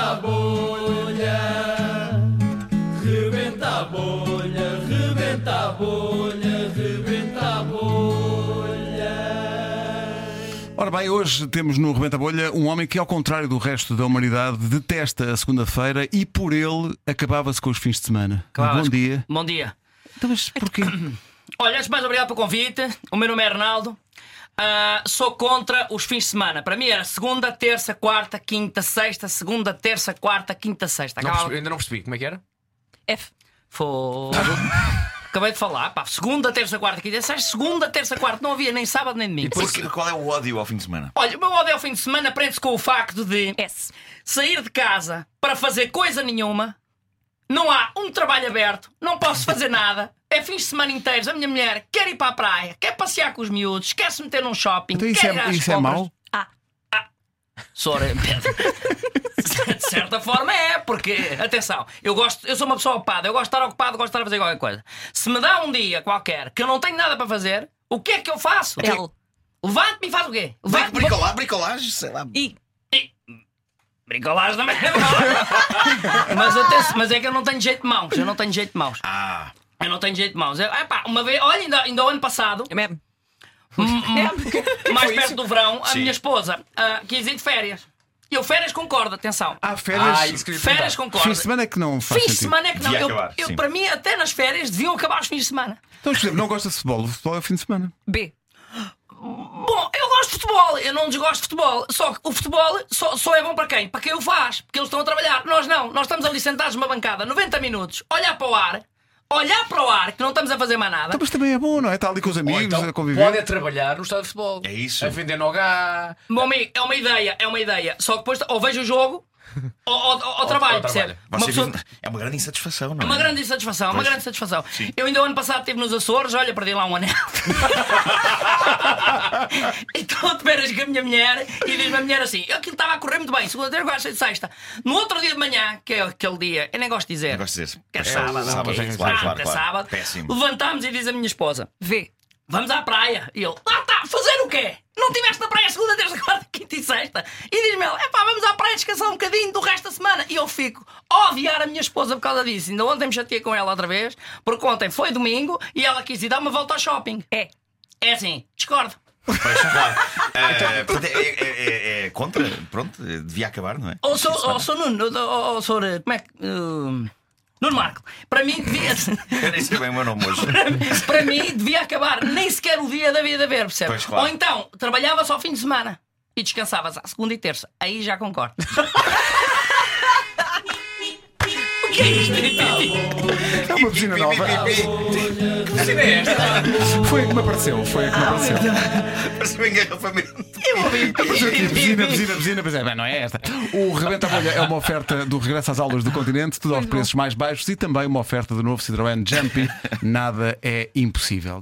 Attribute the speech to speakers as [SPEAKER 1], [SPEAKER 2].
[SPEAKER 1] a bolha. Rebenta a bolha, rebenta a bolha, rebenta a bolha.
[SPEAKER 2] Ora bem, hoje temos no Rebenta Bolha um homem que, ao contrário do resto da humanidade, detesta a segunda-feira e por ele acabava-se com os fins de semana.
[SPEAKER 3] Acabava-se.
[SPEAKER 2] Bom dia.
[SPEAKER 3] Bom dia.
[SPEAKER 2] Então, mas porquê?
[SPEAKER 3] Olha, antes de mais, obrigado pelo convite. O meu nome é Arnaldo. Ah, sou contra os fins de semana. Para mim era segunda, terça, quarta, quinta, sexta, segunda, terça, quarta, quinta, sexta.
[SPEAKER 4] Não
[SPEAKER 3] Acabava-
[SPEAKER 4] percebi- ainda não percebi como é que era?
[SPEAKER 3] F. Fogo. Acabei de falar, pá. Segunda, terça, quarta, quinta, sexta. Segunda, terça, quarta. Não havia nem sábado nem domingo.
[SPEAKER 5] Porque, qual é o ódio ao fim de semana?
[SPEAKER 3] Olha, o meu ódio ao fim de semana prende-se com o facto de
[SPEAKER 6] S.
[SPEAKER 3] sair de casa para fazer coisa nenhuma. Não há um trabalho aberto, não posso fazer nada. É fins de semana inteiros. A minha mulher quer ir para a praia, quer passear com os miúdos, quer se meter num shopping.
[SPEAKER 2] Então, isso
[SPEAKER 3] quer ir
[SPEAKER 2] é,
[SPEAKER 3] às
[SPEAKER 2] isso é
[SPEAKER 3] compras.
[SPEAKER 2] mau?
[SPEAKER 6] A.
[SPEAKER 3] Sora, Pedro. De certa forma é, porque, atenção, eu gosto, eu sou uma pessoa ocupada, eu gosto de estar ocupado, gosto de estar a fazer qualquer coisa. Se me dá um dia qualquer que eu não tenho nada para fazer, o que é que eu faço?
[SPEAKER 6] L.
[SPEAKER 3] Levanto-me e faço o quê?
[SPEAKER 5] Bri-
[SPEAKER 3] Levanto-me.
[SPEAKER 5] Bricolagem, bricolagem, sei lá.
[SPEAKER 6] I.
[SPEAKER 3] Bricolagem também é mau. mas, atenção, mas é que eu não tenho jeito de mãos, eu não tenho jeito de mãos.
[SPEAKER 5] Ah,
[SPEAKER 3] Eu não tenho jeito de mãos. Eu, epá, uma vez, olha, ainda, ainda o ano passado,
[SPEAKER 6] É mesmo.
[SPEAKER 3] mais perto do verão, a
[SPEAKER 5] Sim.
[SPEAKER 3] minha esposa ah, quis ir de férias. E eu férias com corda, atenção.
[SPEAKER 2] Há férias.
[SPEAKER 4] Ah, isso que eu ia
[SPEAKER 3] Férias
[SPEAKER 4] perguntar.
[SPEAKER 3] com corda.
[SPEAKER 2] fins de semana é que não faz
[SPEAKER 3] Fins de
[SPEAKER 2] sentido.
[SPEAKER 3] semana é que não.
[SPEAKER 5] Devia
[SPEAKER 3] Eu,
[SPEAKER 5] acabar,
[SPEAKER 3] eu,
[SPEAKER 5] sim.
[SPEAKER 3] para mim, até nas férias deviam acabar os fins de semana.
[SPEAKER 2] Então, por exemplo, não gosta de futebol. O futebol é o fim de semana.
[SPEAKER 6] B.
[SPEAKER 3] Bom, eu gosto de futebol, eu não desgosto de futebol. Só que o futebol só, só é bom para quem? Para quem o faz, porque eles estão a trabalhar. Nós não, nós estamos ali sentados numa bancada 90 minutos, olhar para o ar, olhar para o ar, que não estamos a fazer mais nada.
[SPEAKER 2] Então, mas também é bom, não é? Está ali com os
[SPEAKER 4] Ou
[SPEAKER 2] amigos,
[SPEAKER 4] então,
[SPEAKER 2] a conviver.
[SPEAKER 4] pode é trabalhar no estado de futebol.
[SPEAKER 5] É isso.
[SPEAKER 4] A vender no H.
[SPEAKER 3] Bom amigo, é uma ideia, é uma ideia. Só que depois ou vejo o jogo ou, ou, ou, trabalho,
[SPEAKER 4] ou trabalho.
[SPEAKER 3] percebe? Uma
[SPEAKER 5] você
[SPEAKER 3] pessoa-
[SPEAKER 5] vive- É uma grande insatisfação, não
[SPEAKER 3] É
[SPEAKER 5] é?
[SPEAKER 3] Uma grande satisfação, uma
[SPEAKER 5] Pois.
[SPEAKER 3] grande satisfação.
[SPEAKER 5] Sim.
[SPEAKER 3] Eu ainda o ano passado estive nos Açores, olha, perdi lá um anel. então de veras com a minha mulher e diz-me a mulher assim: aquilo estava a correr muito bem, segunda, terça, quarta, sexta, sexta. No outro dia de manhã, que é aquele dia, eu nem gosto de dizer.
[SPEAKER 5] Não gosto de dizer.
[SPEAKER 3] que é
[SPEAKER 5] Um Pois,
[SPEAKER 3] sábado,
[SPEAKER 5] sábado,
[SPEAKER 3] que é
[SPEAKER 5] claro,
[SPEAKER 3] isso,
[SPEAKER 5] claro,
[SPEAKER 3] sábado, é
[SPEAKER 5] claro.
[SPEAKER 3] sábado.
[SPEAKER 5] Péssimo.
[SPEAKER 3] Levantámos e diz a minha esposa:
[SPEAKER 6] V.
[SPEAKER 3] Vamos à praia. E ele, lá está, fazer o quê? Não estiveste na praia segunda, terça, quarta, quinta e sexta. E diz-me ele, epá, vamos à praia descansar um bocadinho do resto da semana. E eu fico a odiar a minha esposa por causa disso. Ainda ontem me chateei com ela outra vez, porque ontem foi domingo e ela quis ir dar uma volta ao shopping.
[SPEAKER 6] E.
[SPEAKER 3] É assim, discordo.
[SPEAKER 5] Pois, claro. Eh, portanto, é, é- é- é contra. Pronto, eh, devia acabar, não é?
[SPEAKER 3] Ou sou, ou sou Nuno, ou- ou, ou sou, eh, como é que... hum, Nuno Marco, para mim devia...
[SPEAKER 5] Eu nem sei bem o meu nome hoje.
[SPEAKER 3] para mim devia acabar nem sequer o dia da vida ver, percebe?
[SPEAKER 5] Pois, claro.
[SPEAKER 3] Ou então, trabalhava só ao fim de semana e descansavas à segunda e terça. Aí já concordo. o que é isto? então?
[SPEAKER 2] É uma buzina nova. Foi a que me apareceu. Foi a que me apareceu.
[SPEAKER 5] Ah, Parece um engarrafamento.
[SPEAKER 3] Eu ouvi.
[SPEAKER 2] Mas aqui, Buzina, buzina, buzina, mas é, bem, não é esta. O Rebenta a Bolha é uma oferta do regresso às aulas do continente, tudo aos preços mais baixos e também uma oferta do novo Citroën Jumpy. Nada é impossível.